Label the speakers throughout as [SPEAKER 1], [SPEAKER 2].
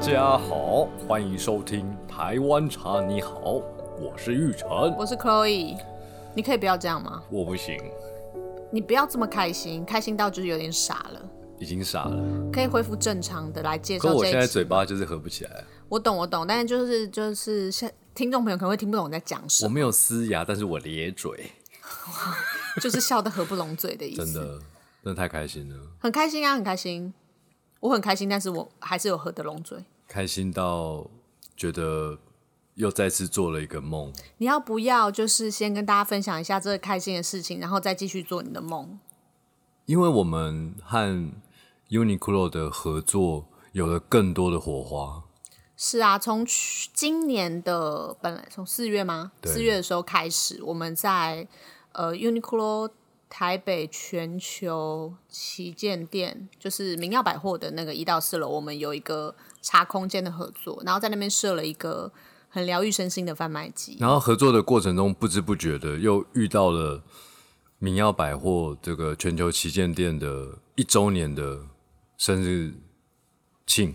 [SPEAKER 1] 家好，欢迎收听《台湾茶你好》，我是玉成，
[SPEAKER 2] 我是 Chloe，你可以不要这样吗？
[SPEAKER 1] 我不行，
[SPEAKER 2] 你不要这么开心，开心到就是有点傻了。
[SPEAKER 1] 已经傻了。
[SPEAKER 2] 可以恢复正常的来介
[SPEAKER 1] 可
[SPEAKER 2] 绍
[SPEAKER 1] 我
[SPEAKER 2] 这
[SPEAKER 1] 现在
[SPEAKER 2] 一集。
[SPEAKER 1] 嘴巴就是合不起来，
[SPEAKER 2] 我懂，我懂，但是就是就是，现听众朋友可能会听不懂我在讲什
[SPEAKER 1] 我
[SPEAKER 2] 么，
[SPEAKER 1] 没有嘶哑，但是我咧嘴，
[SPEAKER 2] 就是笑得合不拢嘴的意思。
[SPEAKER 1] 真，的，真的太开心了，
[SPEAKER 2] 很开心啊，很开心。我很开心，但是我还是有合得拢嘴。
[SPEAKER 1] 开心到觉得又再次做了一个梦。
[SPEAKER 2] 你要不要就是先跟大家分享一下这个开心的事情，然后再继续做你的梦？
[SPEAKER 1] 因为我们和 Uniqlo 的合作有了更多的火花，
[SPEAKER 2] 是啊，从去今年的本来从四月吗？
[SPEAKER 1] 对
[SPEAKER 2] 四月的时候开始，我们在呃 Uniqlo 台北全球旗舰店，就是明耀百货的那个一到四楼，我们有一个茶空间的合作，然后在那边设了一个很疗愈身心的贩卖机。
[SPEAKER 1] 然后合作的过程中，不知不觉的又遇到了明耀百货这个全球旗舰店的一周年的生日庆，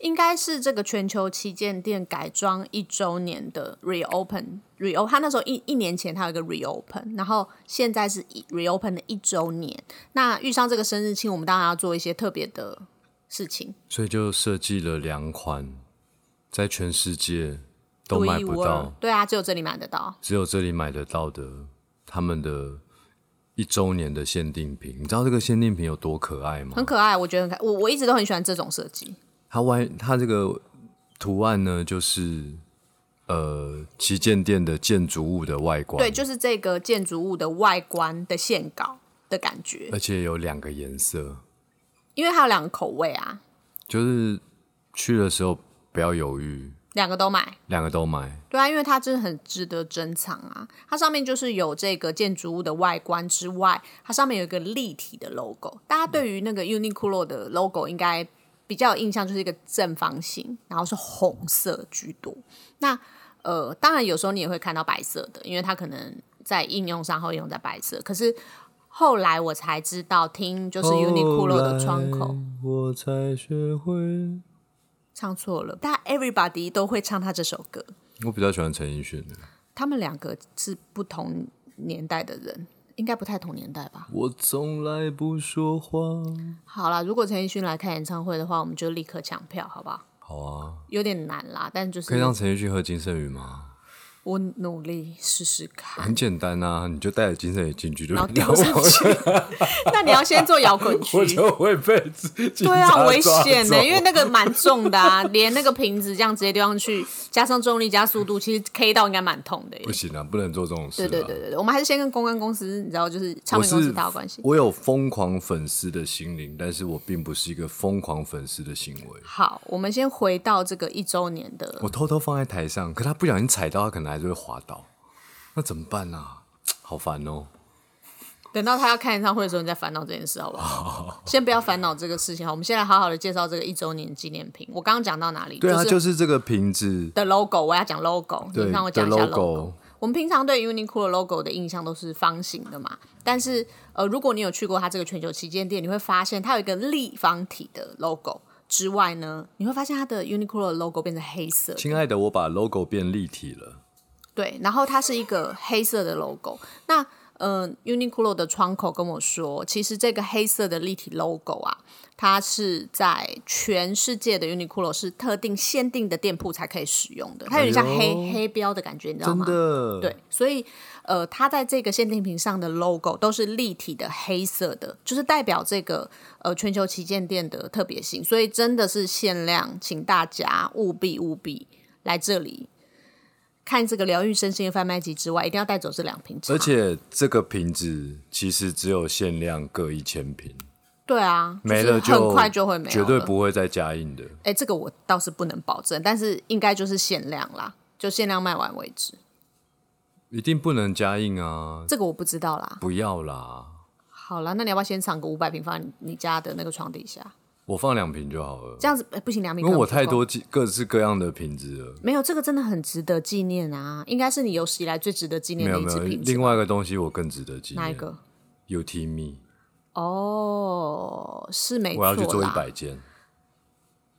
[SPEAKER 2] 应该是这个全球旗舰店改装一周年的 reopen reopen，它那时候一一年前它有一个 reopen，然后现在是一 reopen 的一周年。那遇上这个生日庆，我们当然要做一些特别的事情，
[SPEAKER 1] 所以就设计了两款，在全世界都
[SPEAKER 2] 独
[SPEAKER 1] 买
[SPEAKER 2] 一无
[SPEAKER 1] 不
[SPEAKER 2] 二
[SPEAKER 1] 到，。
[SPEAKER 2] 对啊，只有这里买得到。
[SPEAKER 1] 只有这里买得到的他们的一周年的限定品。你知道这个限定品有多可爱吗
[SPEAKER 2] 很？可爱，我觉得很可爱，我我一直都很喜欢这种设计。
[SPEAKER 1] 它外它这个图案呢，就是呃旗舰店的建筑物的外观，
[SPEAKER 2] 对，就是这个建筑物的外观的线稿的感觉，
[SPEAKER 1] 而且有两个颜色，
[SPEAKER 2] 因为它有两个口味啊，
[SPEAKER 1] 就是去的时候不要犹豫，
[SPEAKER 2] 两个都买。
[SPEAKER 1] 两个都买。
[SPEAKER 2] 对啊，因为它真的很值得珍藏啊！它上面就是有这个建筑物的外观之外，它上面有一个立体的 logo。大家对于那个 Uniqlo 的 logo 应该比较有印象，就是一个正方形，然后是红色居多。那呃，当然有时候你也会看到白色的，因为它可能在应用上会用在白色。可是后来我才知道，听就是 Uniqlo 的窗口，
[SPEAKER 1] 我才学会。
[SPEAKER 2] 唱错了，大家 everybody 都会唱他这首歌。
[SPEAKER 1] 我比较喜欢陈奕迅的。
[SPEAKER 2] 他们两个是不同年代的人，应该不太同年代吧？
[SPEAKER 1] 我从来不说谎。
[SPEAKER 2] 好啦，如果陈奕迅来开演唱会的话，我们就立刻抢票，好不好？
[SPEAKER 1] 好啊，
[SPEAKER 2] 有点难啦，但就
[SPEAKER 1] 可以让啊
[SPEAKER 2] 是
[SPEAKER 1] 陈奕迅和金圣宇吗？
[SPEAKER 2] 我努力试试 看。
[SPEAKER 1] 很简单啊，你就带着金圣宇进去就
[SPEAKER 2] 然后丢上去， 那你要先做摇滚区
[SPEAKER 1] 我，就会被警
[SPEAKER 2] 对
[SPEAKER 1] 察
[SPEAKER 2] 啊，危
[SPEAKER 1] 抓
[SPEAKER 2] 险的、
[SPEAKER 1] 走
[SPEAKER 2] 因为那个蛮重的啊， 连那个瓶子这样直接丢上去，加上重力加速度，其实 K 到应该蛮痛的耶
[SPEAKER 1] 不。行啊，不能做这种事、啊。
[SPEAKER 2] 对对对对对，我们还是先跟公关公司，你知道，就是唱
[SPEAKER 1] 我
[SPEAKER 2] 片公司
[SPEAKER 1] 是
[SPEAKER 2] 打好关系。
[SPEAKER 1] 我有疯狂粉丝的心灵，但是我并不是一个疯狂粉丝的行为。
[SPEAKER 2] 好，我们先回到这个一周年的
[SPEAKER 1] 我偷偷放在台上，可他不小心踩到，他可能还是会滑倒，那怎么办啊？好烦哦！
[SPEAKER 2] 等到他要开演唱会的时候，你再烦恼这件事，好不好？ 先不要烦恼这个事情，好，我们先来好好的介绍这个一周年纪念品。我刚刚讲到哪里？
[SPEAKER 1] 对啊，
[SPEAKER 2] 是
[SPEAKER 1] 就是这个瓶子，
[SPEAKER 2] 的 logo，我要讲 logo，
[SPEAKER 1] 对
[SPEAKER 2] 你让我
[SPEAKER 1] 的
[SPEAKER 2] 讲一下
[SPEAKER 1] logo。
[SPEAKER 2] 我们平常对 Uniqlo 的 logo 的印象都是方形的嘛，但是呃，如果你有去过它这个全球旗舰店，你会发现它有一个立方体的 logo 之外呢，你会发现它的 Uniqlo 的 logo 变成黑色的
[SPEAKER 1] 亲爱的，我把 logo 变立体了。
[SPEAKER 2] 对，然后它是一个黑色的 logo。那呃，Uniqlo 的窗口跟我说，其实这个黑色的立体 logo 啊，它是在全世界的 Uniqlo 是特定限定的店铺才可以使用的，它有点像黑、
[SPEAKER 1] 哎呦
[SPEAKER 2] 黑标的感觉，你知道
[SPEAKER 1] 真
[SPEAKER 2] 吗？
[SPEAKER 1] 的，
[SPEAKER 2] 对，，所以呃，它在这个限定品上的 logo 都是立体的黑色的，就是代表这个呃全球旗舰店的特别性，所以真的是限量，请大家务必务必来这里看这个疗愈身心的贩卖机之外，一定要带走这两瓶茶。
[SPEAKER 1] 而且这个瓶子其实只有限量各一千瓶，
[SPEAKER 2] 对啊，
[SPEAKER 1] 没了
[SPEAKER 2] 就是很快就会没有了，
[SPEAKER 1] 绝对不会再加印的。
[SPEAKER 2] 哎、这个我倒是不能保证，但是应该就是限量啦，就限量卖完为止。
[SPEAKER 1] 一定不能加印啊！
[SPEAKER 2] 这个我不知道啦。
[SPEAKER 1] 不要啦，
[SPEAKER 2] 好啦，那你要不要先藏个五百平方你你家的那个床底下？
[SPEAKER 1] 我放两瓶就好了，
[SPEAKER 2] 这样子、哎不行，两瓶
[SPEAKER 1] 因为
[SPEAKER 2] 可能
[SPEAKER 1] 我
[SPEAKER 2] 不
[SPEAKER 1] 太
[SPEAKER 2] 够
[SPEAKER 1] 多各式各样的瓶子了。
[SPEAKER 2] 没有，这个真的很值得纪念啊！应该是你有史以来最值得纪念
[SPEAKER 1] 没
[SPEAKER 2] 的
[SPEAKER 1] 有
[SPEAKER 2] 一
[SPEAKER 1] 没
[SPEAKER 2] 支
[SPEAKER 1] 有，
[SPEAKER 2] 瓶子。
[SPEAKER 1] 另外一个东西我更值得纪念。
[SPEAKER 2] 哪一个？
[SPEAKER 1] You T Me，
[SPEAKER 2] 哦，是没错
[SPEAKER 1] 我
[SPEAKER 2] 啦。
[SPEAKER 1] 要去做一百件。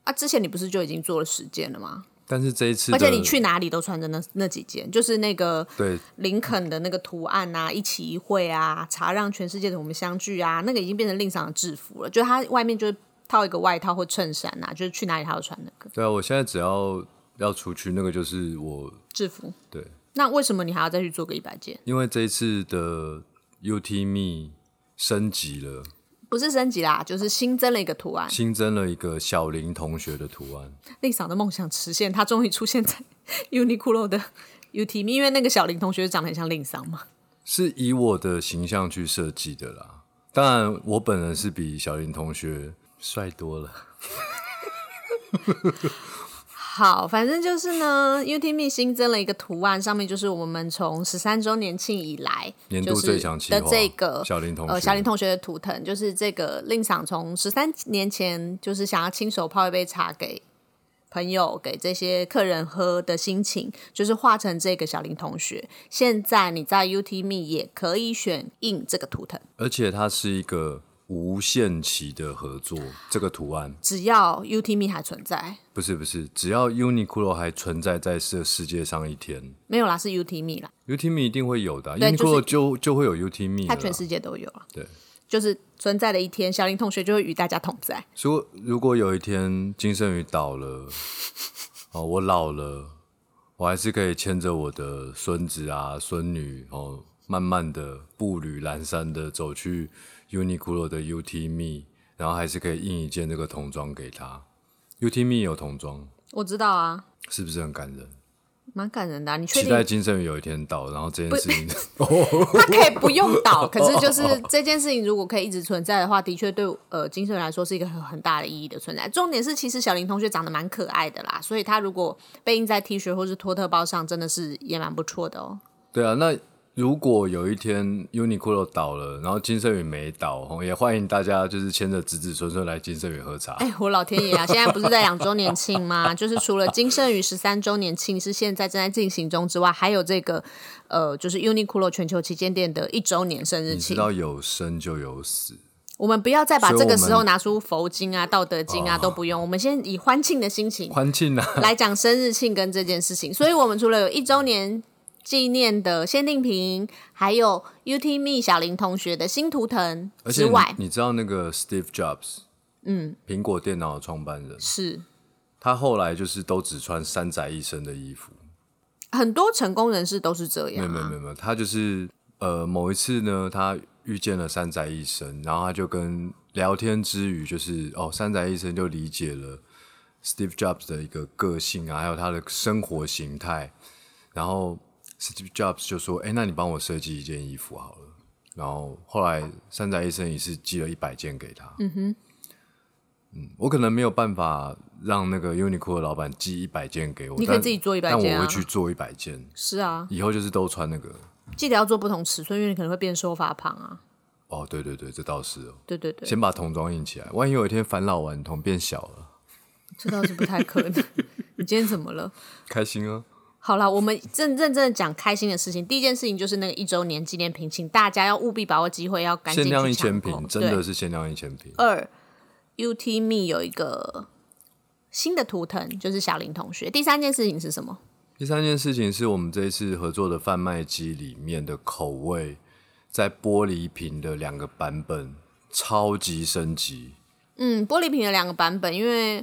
[SPEAKER 2] 啊，之前你不是就已经做了十件了吗？
[SPEAKER 1] 但是这一次的，
[SPEAKER 2] 而且你去哪里都穿着那那几件，就是那个
[SPEAKER 1] 对
[SPEAKER 2] 林肯的那个图案啊，一起一会啊，茶让全世界的我们相聚啊，那个已经变成令赏的制服了，就是它外面就是套一个外套或衬衫啊，就是去哪里他都穿那个
[SPEAKER 1] 对啊，我现在只要要出去，那个就是我
[SPEAKER 2] 制服。
[SPEAKER 1] 对，
[SPEAKER 2] 那为什么你还要再去做个一百件？
[SPEAKER 1] 因为这一次的 UT Me E 升级了，
[SPEAKER 2] 不是升级啦，就是新增了一个图案。
[SPEAKER 1] 新增了一个小林同学的图案。
[SPEAKER 2] 令赏的梦想实现，他终于出现在 Uniqlo 的 UTM，因为那个小林同学长得很像令赏嘛。
[SPEAKER 1] 是以我的形象去设计的啦。当然，我本人是比小林同学帅多了。
[SPEAKER 2] 好，反正就是呢，UTM 新增了一个图案，上面就是我们从十三周年庆以来
[SPEAKER 1] 年度
[SPEAKER 2] 就是
[SPEAKER 1] 最强企划
[SPEAKER 2] 的这个
[SPEAKER 1] 小林同学
[SPEAKER 2] 呃小林同学的图腾，就是这个令赏从十三年前就是想要亲手泡一杯茶给朋友给这些客人喝的心情，就是画成这个小林同学。现在你在 UTM 也可以选印这个图腾。
[SPEAKER 1] 而且它是一个无限期的合作，这个图案
[SPEAKER 2] 只要 UTM 还存在，
[SPEAKER 1] 不是不是，只要 Uniqlo 还存在在这世界上一天
[SPEAKER 2] 没有啦，是 UTM 啦，
[SPEAKER 1] ，UTME 一定会有的啊、
[SPEAKER 2] 对
[SPEAKER 1] Uniqlo 就就会有 UTME
[SPEAKER 2] 它全世
[SPEAKER 1] 了。
[SPEAKER 2] 界都有啊。
[SPEAKER 1] 对，
[SPEAKER 2] 就是存在的一天，小林同学就会与大家同在。
[SPEAKER 1] 如果如果有一天金圣宇倒 了，哦，我老了，我还是可以牵着我的孙子啊、孙女，哦，慢慢的步履蹒跚的走去 Uniqlo 的 UT Me，然后还是可以印一件这个童装给他。UT Me 有童装，
[SPEAKER 2] 我知道啊，
[SPEAKER 1] 是不是很感人？
[SPEAKER 2] 蛮感人的啊、你确
[SPEAKER 1] 期待
[SPEAKER 2] 定
[SPEAKER 1] 金圣宇有一天到，然后这件事 情
[SPEAKER 2] 他可以不用 倒？可是就是这件事情，如果可以一直存在的话，的确对呃精神来说是一个很很大的意义的存在。重点是，其实小林同学长得蛮可爱的啦，所以他如果被印在 T 恤或是托特包上，真的是也蛮不错的哦。
[SPEAKER 1] 对啊，那如果有一天 Uniqlo 倒了，然后金圣宇没倒，哦也欢迎大家就是牵着子子孙孙来金圣宇喝茶。
[SPEAKER 2] 哎，我老天爷啊！现在不是在两周年庆吗？ 就是除了金盛宇十三周年庆是现在正在进行中之外，还有这个呃，就是 Uniqlo 全球旗舰店的一周年生日
[SPEAKER 1] 你知
[SPEAKER 2] 庆。
[SPEAKER 1] 道有生就有死，
[SPEAKER 2] 我们不要再把
[SPEAKER 1] 所以
[SPEAKER 2] 这
[SPEAKER 1] 我们哦
[SPEAKER 2] 个时候拿出佛经啊、道德经啊、都不用，我们先以欢庆的心情
[SPEAKER 1] 欢庆啊！
[SPEAKER 2] 来讲生日庆跟这件事情。所以我们除了有一周年纪念的限定品，还有 UT Me E 小林同学的新图腾
[SPEAKER 1] 而且
[SPEAKER 2] 之
[SPEAKER 1] 你
[SPEAKER 2] 外，
[SPEAKER 1] 你知道那个 Steve Jobs，嗯，苹果电脑的创办人，
[SPEAKER 2] 是
[SPEAKER 1] 他后来就是都只穿三宅一生的衣服，
[SPEAKER 2] 很多成功人士都是这
[SPEAKER 1] 没
[SPEAKER 2] 样、
[SPEAKER 1] 有没有
[SPEAKER 2] 啊
[SPEAKER 1] 没。有没有，他就是呃某一次呢，他遇见了三宅一生，然后他就跟聊天之余，就是哦三宅一生就理解了 Steve Jobs 的一个个性啊，还有他的生活形态，然后 Steve Jobs 就说：“哎，那你帮我设计一件衣服好了。”然后后来三宅一生也是寄了一百件给他。嗯哼，嗯，我可能没有办法让那个 Uniqlo 的老板寄一百件给我，
[SPEAKER 2] 你可以
[SPEAKER 1] 但
[SPEAKER 2] 自己做100件
[SPEAKER 1] 但
[SPEAKER 2] 啊
[SPEAKER 1] 我会去做一百件。
[SPEAKER 2] 是啊，
[SPEAKER 1] 以后就是都穿那个。
[SPEAKER 2] 记得要做不同尺寸，因为你可能会变瘦发胖啊。
[SPEAKER 1] 哦，对对对，这倒是哦。
[SPEAKER 2] 对对对，
[SPEAKER 1] 先把童装印起来，万一有一天返老还童变小了，
[SPEAKER 2] 这倒是不太可能。 你今天怎么了？
[SPEAKER 1] 开心啊！
[SPEAKER 2] 好了，我们正认真的讲开心的事情。第一件事情就是那个一周年纪念品，请大家要务必把握机会，要赶
[SPEAKER 1] 限
[SPEAKER 2] 紧去
[SPEAKER 1] 量一
[SPEAKER 2] 抢
[SPEAKER 1] 千
[SPEAKER 2] 购
[SPEAKER 1] 瓶，真的
[SPEAKER 2] 对
[SPEAKER 1] 是限量一千瓶。
[SPEAKER 2] 二 UT Me 有一个新的图腾，就是小林同学。第三件事情是什么？
[SPEAKER 1] 第三件事情是我们这一次合作的贩卖机里面的口味，在玻璃瓶的两个版本超级升级，
[SPEAKER 2] 嗯，玻璃瓶的两个版本，因为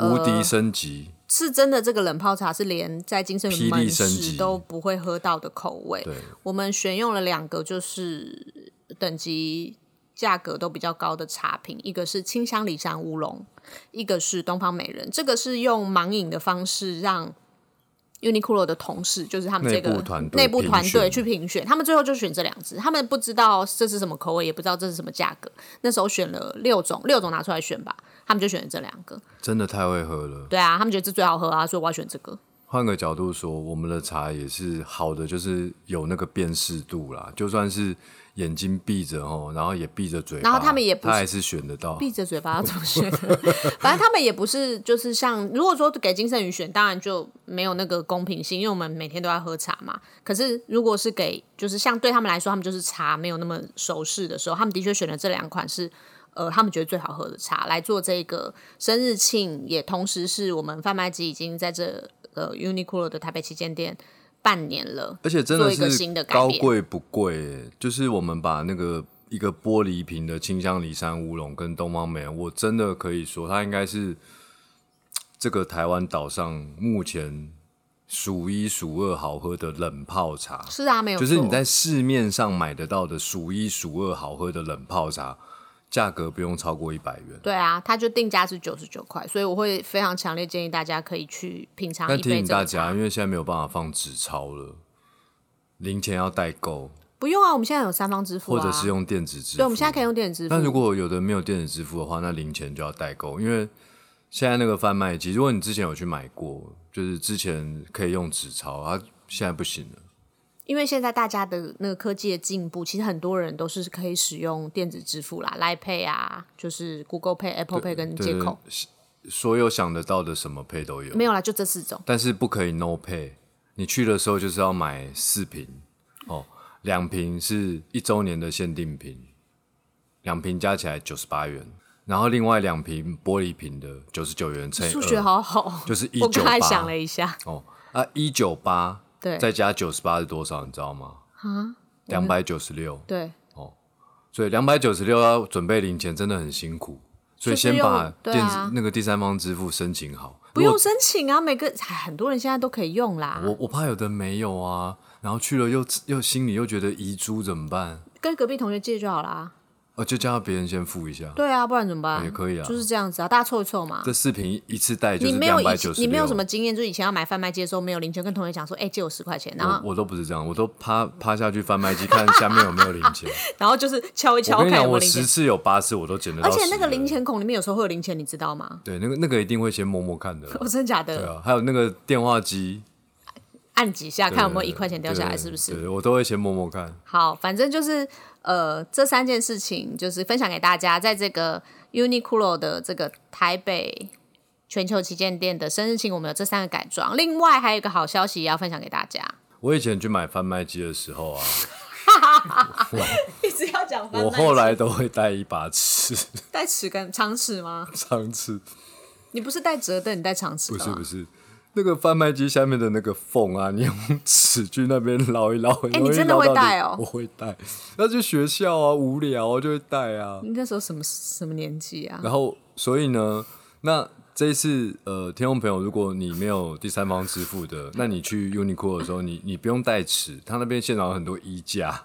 [SPEAKER 1] 无敌升级。
[SPEAKER 2] 是真的，这个冷泡茶是连在金圣宇
[SPEAKER 1] 霹
[SPEAKER 2] 门
[SPEAKER 1] 雳升
[SPEAKER 2] 市
[SPEAKER 1] 级
[SPEAKER 2] 都不会喝到的口味。
[SPEAKER 1] 对，
[SPEAKER 2] 我们选用了两个，就是等级价格都比较高的茶品，一个是清香里山乌龙，一个是东方美人。这个是用盲饮的方式让 Uniqlo 的同事，就是他们这个
[SPEAKER 1] 内部团队
[SPEAKER 2] 内部团
[SPEAKER 1] 评
[SPEAKER 2] 队
[SPEAKER 1] 选
[SPEAKER 2] 去评选，他们最后就选这两支，他们不知道这是什么口味，也不知道这是什么价格。那时候选了六种，六种拿出来选吧，他们就选了这两个。
[SPEAKER 1] 真的太会喝了。
[SPEAKER 2] 对啊，他们觉得这最好喝啊，所以我要选这个。
[SPEAKER 1] 换个角度说，我们的茶也是好的，就是有那个辨识度啦。就算是眼睛闭着哦，然后也闭着嘴巴，
[SPEAKER 2] 然后他们也不是
[SPEAKER 1] 他还是选得到。
[SPEAKER 2] 闭着嘴巴要怎么选？ 反正他们也不是，就是像如果说给金圣宇选，当然就没有那个公平性，因为我们每天都在喝茶嘛。可是如果是给，就是像对他们来说，他们就是茶没有那么熟识的时候，他们的确选了这两款是呃他们觉得最好喝的茶来做这个生日庆，也同时是我们贩卖机已经在这呃 Uniqlo 的台北旗舰店半年了，
[SPEAKER 1] 而且真
[SPEAKER 2] 做
[SPEAKER 1] 的
[SPEAKER 2] 一个新
[SPEAKER 1] 是
[SPEAKER 2] 的改
[SPEAKER 1] 高
[SPEAKER 2] 变。
[SPEAKER 1] 贵不贵耶，就是我们把那个一个玻璃瓶的清香梨山乌龙跟东方美人，我真的可以说它应该是这个台湾岛上目前数一数二好喝的冷泡茶。
[SPEAKER 2] 是啊，没有
[SPEAKER 1] 就是你
[SPEAKER 2] 错
[SPEAKER 1] 在市面上买得到的数一数二好喝的冷泡茶，价格不用超过一百元。
[SPEAKER 2] 对啊，它就定价是九十九块，所以我会非常强烈建议大家可以去品尝
[SPEAKER 1] 但
[SPEAKER 2] 啊一
[SPEAKER 1] 提
[SPEAKER 2] 杯
[SPEAKER 1] 醒
[SPEAKER 2] 这
[SPEAKER 1] 大
[SPEAKER 2] 个茶。
[SPEAKER 1] 家，因为现在没有办法放纸钞了，零钱要代购，
[SPEAKER 2] 不用啊，我们现在有三方支付
[SPEAKER 1] 或
[SPEAKER 2] 啊，
[SPEAKER 1] 者是用电子支付。
[SPEAKER 2] 对，我们现在可以用电子支付。
[SPEAKER 1] 但如果有的没有电子支付的话，那零钱就要代购，因为现在那个贩卖机，如果你之前有去买过，就是之前可以用纸钞，啊，现在不行了。
[SPEAKER 2] 因为现在大家的那个科技的进步，其实很多人都是可以使用电子支付啦，Line Pay 啊，就是 Google Pay、Apple Pay 跟接
[SPEAKER 1] 对
[SPEAKER 2] 口，，
[SPEAKER 1] 所有想得到的什么配都有，
[SPEAKER 2] 没有啦，就这四种。
[SPEAKER 1] 但是不可以 no pay。你去的时候就是要买四瓶哦，两瓶是一周年的限定瓶，两瓶加起来九十八元，然后另外两瓶玻璃瓶的九十九元乘以
[SPEAKER 2] 数学
[SPEAKER 1] 二
[SPEAKER 2] 好好，
[SPEAKER 1] 呃就是一
[SPEAKER 2] 我
[SPEAKER 1] 九
[SPEAKER 2] 刚
[SPEAKER 1] 八
[SPEAKER 2] 才想了一下，
[SPEAKER 1] 哦啊一九八
[SPEAKER 2] 对
[SPEAKER 1] 再加九十八是多少？你知道吗？啊，两百九十六。
[SPEAKER 2] 对，
[SPEAKER 1] 所以两百九十六要准备零钱真的很辛苦，所以先把
[SPEAKER 2] 就是用对
[SPEAKER 1] 电子、
[SPEAKER 2] 啊
[SPEAKER 1] 那个第三方支付申请好。
[SPEAKER 2] 不用申请啊，每个哎很多人现在都可以用啦，
[SPEAKER 1] 我我怕有的没有啊，然后去了又又心里又觉得遗珠怎么办？
[SPEAKER 2] 跟隔壁同学借就好啦。
[SPEAKER 1] 哦，就叫别人先付一下。
[SPEAKER 2] 对啊，不然怎么办？
[SPEAKER 1] 也可以啊
[SPEAKER 2] 就是这样子啊，大家凑一凑嘛。
[SPEAKER 1] 这视频一次带就
[SPEAKER 2] 你
[SPEAKER 1] 是
[SPEAKER 2] 没有
[SPEAKER 1] 两百
[SPEAKER 2] 以
[SPEAKER 1] 九十
[SPEAKER 2] 你没有什么经验，就是以前要买贩卖机的时候，没有零钱，跟同学讲说，哎、借我十块钱，然后
[SPEAKER 1] 我我都不是这样，我都趴趴下去贩卖机看下面有没有零 钱。
[SPEAKER 2] 然后就是敲一敲
[SPEAKER 1] 我跟你
[SPEAKER 2] 看
[SPEAKER 1] 讲，
[SPEAKER 2] 有没有
[SPEAKER 1] 我
[SPEAKER 2] 零
[SPEAKER 1] 十
[SPEAKER 2] 钱，
[SPEAKER 1] 次有八次我都捡得到
[SPEAKER 2] 而
[SPEAKER 1] 10元。
[SPEAKER 2] 且那个零钱孔里面有时候会有零钱，你知道吗？
[SPEAKER 1] 对，那个那个一定会先摸摸看的啦。
[SPEAKER 2] 我真的假的？
[SPEAKER 1] 对啊，还有那个电话机，
[SPEAKER 2] 按几下看有没有
[SPEAKER 1] 对啊
[SPEAKER 2] 一块钱掉下来，是不
[SPEAKER 1] 对
[SPEAKER 2] 是？
[SPEAKER 1] 对对我都会先摸摸看。
[SPEAKER 2] 好，反正就是呃，这三件事情就是分享给大家，在这个 Uniqlo 的这个台北全球旗舰店的生日庆，我们有这三个改装。另外还有一个好消息也要分享给大家，
[SPEAKER 1] 我以前去买贩卖机的时候啊，
[SPEAKER 2] 一直要讲
[SPEAKER 1] 我后来都会带一把尺，
[SPEAKER 2] 带尺跟长尺吗？
[SPEAKER 1] 长尺。
[SPEAKER 2] 你不是带折凳，你带长尺
[SPEAKER 1] 不
[SPEAKER 2] 的啊
[SPEAKER 1] 是
[SPEAKER 2] 吗
[SPEAKER 1] 不是，那个贩卖机下面的那个缝啊，你用尺去那边捞一捞。哎
[SPEAKER 2] 你真的会带哦
[SPEAKER 1] 我会带，那去学校啊，无聊、啊、就会带啊。
[SPEAKER 2] 你那时候什么什么年纪啊？
[SPEAKER 1] 然后，所以呢，那这一次呃，听众朋友，如果你没有第三方支付的，那你去 Uniqlo 的时候，你你不用带尺，他那边现场有很多衣架。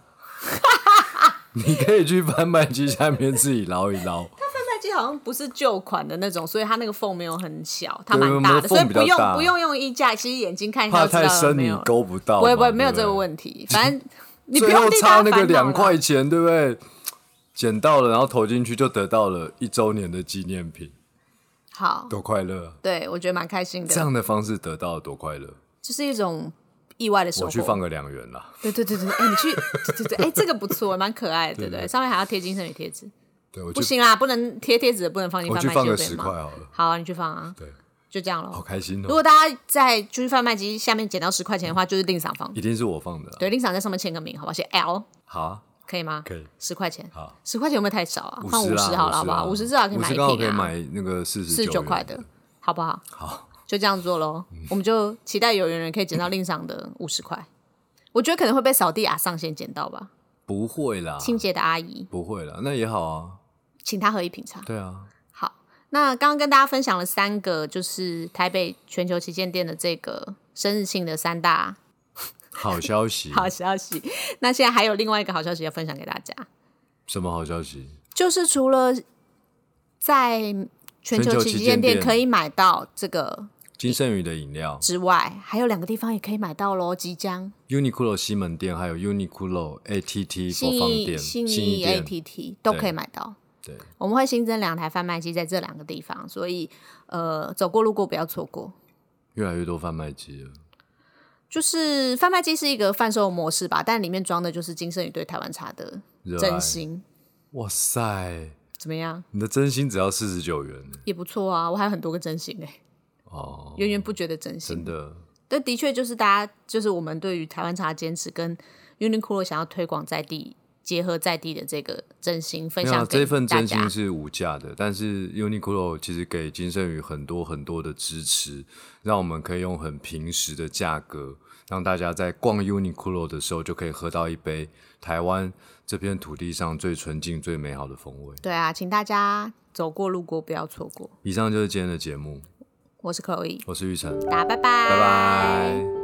[SPEAKER 1] 你可以去贩卖机下面自己捞一 捞，
[SPEAKER 2] 贩卖机好像不是旧款的那种，所以它那个缝没有很小，它
[SPEAKER 1] 对
[SPEAKER 2] 蛮大
[SPEAKER 1] 我们
[SPEAKER 2] 的，
[SPEAKER 1] 的
[SPEAKER 2] 所以
[SPEAKER 1] 缝
[SPEAKER 2] 不
[SPEAKER 1] 比较
[SPEAKER 2] 用
[SPEAKER 1] 大
[SPEAKER 2] 不用用衣架，其实眼睛看一下
[SPEAKER 1] 怕
[SPEAKER 2] 就知
[SPEAKER 1] 太
[SPEAKER 2] 道有
[SPEAKER 1] 深
[SPEAKER 2] 没
[SPEAKER 1] 你
[SPEAKER 2] 有。
[SPEAKER 1] 勾不到嘛。
[SPEAKER 2] 不会不会，没有
[SPEAKER 1] 对
[SPEAKER 2] 这
[SPEAKER 1] 对
[SPEAKER 2] 个问题，反正你不
[SPEAKER 1] 最
[SPEAKER 2] 用
[SPEAKER 1] 后
[SPEAKER 2] 替
[SPEAKER 1] 差那
[SPEAKER 2] 大家
[SPEAKER 1] 个
[SPEAKER 2] 烦恼
[SPEAKER 1] 两
[SPEAKER 2] 了
[SPEAKER 1] 块钱，对不对？捡到了，然后投进去就得到了一周年的纪念品，
[SPEAKER 2] 好，
[SPEAKER 1] 多快乐啊！
[SPEAKER 2] 对我觉得蛮开心
[SPEAKER 1] 这
[SPEAKER 2] 的，
[SPEAKER 1] 样的方式得到了多快乐！
[SPEAKER 2] 就是一种意外的收
[SPEAKER 1] 我去
[SPEAKER 2] 获
[SPEAKER 1] 放。个两元啦，
[SPEAKER 2] 对对对对，哎，你去对对对，哎，这个不错，蛮可爱的，对不对？上面还要贴金圣女贴纸，
[SPEAKER 1] 对我
[SPEAKER 2] 不
[SPEAKER 1] 去
[SPEAKER 2] 行啦，不能贴贴纸，不能放进
[SPEAKER 1] 我
[SPEAKER 2] 贩
[SPEAKER 1] 去
[SPEAKER 2] 卖
[SPEAKER 1] 放
[SPEAKER 2] 机
[SPEAKER 1] 个
[SPEAKER 2] 的
[SPEAKER 1] 十
[SPEAKER 2] 对
[SPEAKER 1] 块
[SPEAKER 2] 吗？
[SPEAKER 1] 好了，
[SPEAKER 2] 好啊，你去放啊，
[SPEAKER 1] 对，
[SPEAKER 2] 就这样
[SPEAKER 1] 好
[SPEAKER 2] 咯。
[SPEAKER 1] 开心
[SPEAKER 2] 如
[SPEAKER 1] 哦！
[SPEAKER 2] 果大家在就是贩卖机下面捡到十块钱的话，就是令赏方，
[SPEAKER 1] 一定是我放的啦，
[SPEAKER 2] 对，令赏在上面签个名，好不好？写 L
[SPEAKER 1] 好啊，
[SPEAKER 2] 可以吗？
[SPEAKER 1] 可以
[SPEAKER 2] 十块钱，
[SPEAKER 1] 好，
[SPEAKER 2] 十块钱有没有太少啊？
[SPEAKER 1] 五
[SPEAKER 2] 放
[SPEAKER 1] 十
[SPEAKER 2] 五十
[SPEAKER 1] 啦，
[SPEAKER 2] 好了，好不好？
[SPEAKER 1] 五
[SPEAKER 2] 五十至少可以买一
[SPEAKER 1] 十刚好可以
[SPEAKER 2] 瓶啊。
[SPEAKER 1] 买那个四
[SPEAKER 2] 四
[SPEAKER 1] 十
[SPEAKER 2] 十九块的，好不好？
[SPEAKER 1] 好，
[SPEAKER 2] 就这样做喽。
[SPEAKER 1] 嗯
[SPEAKER 2] 我们就期待有缘人可以捡到另赏的五十块。我觉得可能会被扫地阿上先捡到吧，
[SPEAKER 1] 不会啦，
[SPEAKER 2] 清洁的阿姨，
[SPEAKER 1] 不会啦，那也好啊，
[SPEAKER 2] 请她喝一瓶茶。
[SPEAKER 1] 对啊，
[SPEAKER 2] 好，那刚刚跟大家分享了三个，就是台北全球旗舰店的这个生日庆的三大
[SPEAKER 1] 好消息，
[SPEAKER 2] 好消息。那现在还有另外一个好消息要分享给大家，
[SPEAKER 1] 什么好消息？
[SPEAKER 2] 就是除了在全
[SPEAKER 1] 全
[SPEAKER 2] 球
[SPEAKER 1] 球
[SPEAKER 2] 旗
[SPEAKER 1] 旗
[SPEAKER 2] 舰
[SPEAKER 1] 舰
[SPEAKER 2] 店
[SPEAKER 1] 店
[SPEAKER 2] 可以买到这个
[SPEAKER 1] 金圣宇的饮料
[SPEAKER 2] 之外，还有两个地方也可以买到喽，即将。
[SPEAKER 1] Uniqlo 西门店，还有 Uniqlo ATT
[SPEAKER 2] 信
[SPEAKER 1] 播放
[SPEAKER 2] 义
[SPEAKER 1] 店、
[SPEAKER 2] 信
[SPEAKER 1] 义
[SPEAKER 2] 义
[SPEAKER 1] 店，
[SPEAKER 2] ATT 都可以买到。
[SPEAKER 1] 对，
[SPEAKER 2] 我们会新增两台贩卖机在这两个地方，所以呃，走过路过不要错过。
[SPEAKER 1] 越来越多贩卖机了。
[SPEAKER 2] 就是贩卖机是一个贩售模式吧，但里面装的就是金圣宇对台湾茶的
[SPEAKER 1] 热爱
[SPEAKER 2] 真心，
[SPEAKER 1] 哇塞，
[SPEAKER 2] 怎么样？
[SPEAKER 1] 你的真心只要四十九元欸呢
[SPEAKER 2] 也不错啊，我还有很多个真心哎、
[SPEAKER 1] 哦，
[SPEAKER 2] 源源不绝的真
[SPEAKER 1] 真
[SPEAKER 2] 心。
[SPEAKER 1] 的
[SPEAKER 2] 这的确就是大家就是我们对于台湾茶的坚持跟 Uniqlo 想要推广在地结合在地的这个真心分
[SPEAKER 1] 没有
[SPEAKER 2] 享
[SPEAKER 1] 啊
[SPEAKER 2] 给
[SPEAKER 1] 这份
[SPEAKER 2] 大
[SPEAKER 1] 真
[SPEAKER 2] 家
[SPEAKER 1] 心。是无价的，但是 Uniqlo 其实给金圣宇很多很多的支持，让我们可以用很平实的价格，让大家在逛 Uniqlo 的时候就可以喝到一杯台湾这片土地上最纯净、最美好的风味。
[SPEAKER 2] 对啊，请大家走过路过不要错过。
[SPEAKER 1] 以上就是今天的节目，
[SPEAKER 2] 我是 Chloe，
[SPEAKER 1] 我是玉成，
[SPEAKER 2] 大家拜拜，
[SPEAKER 1] 拜拜。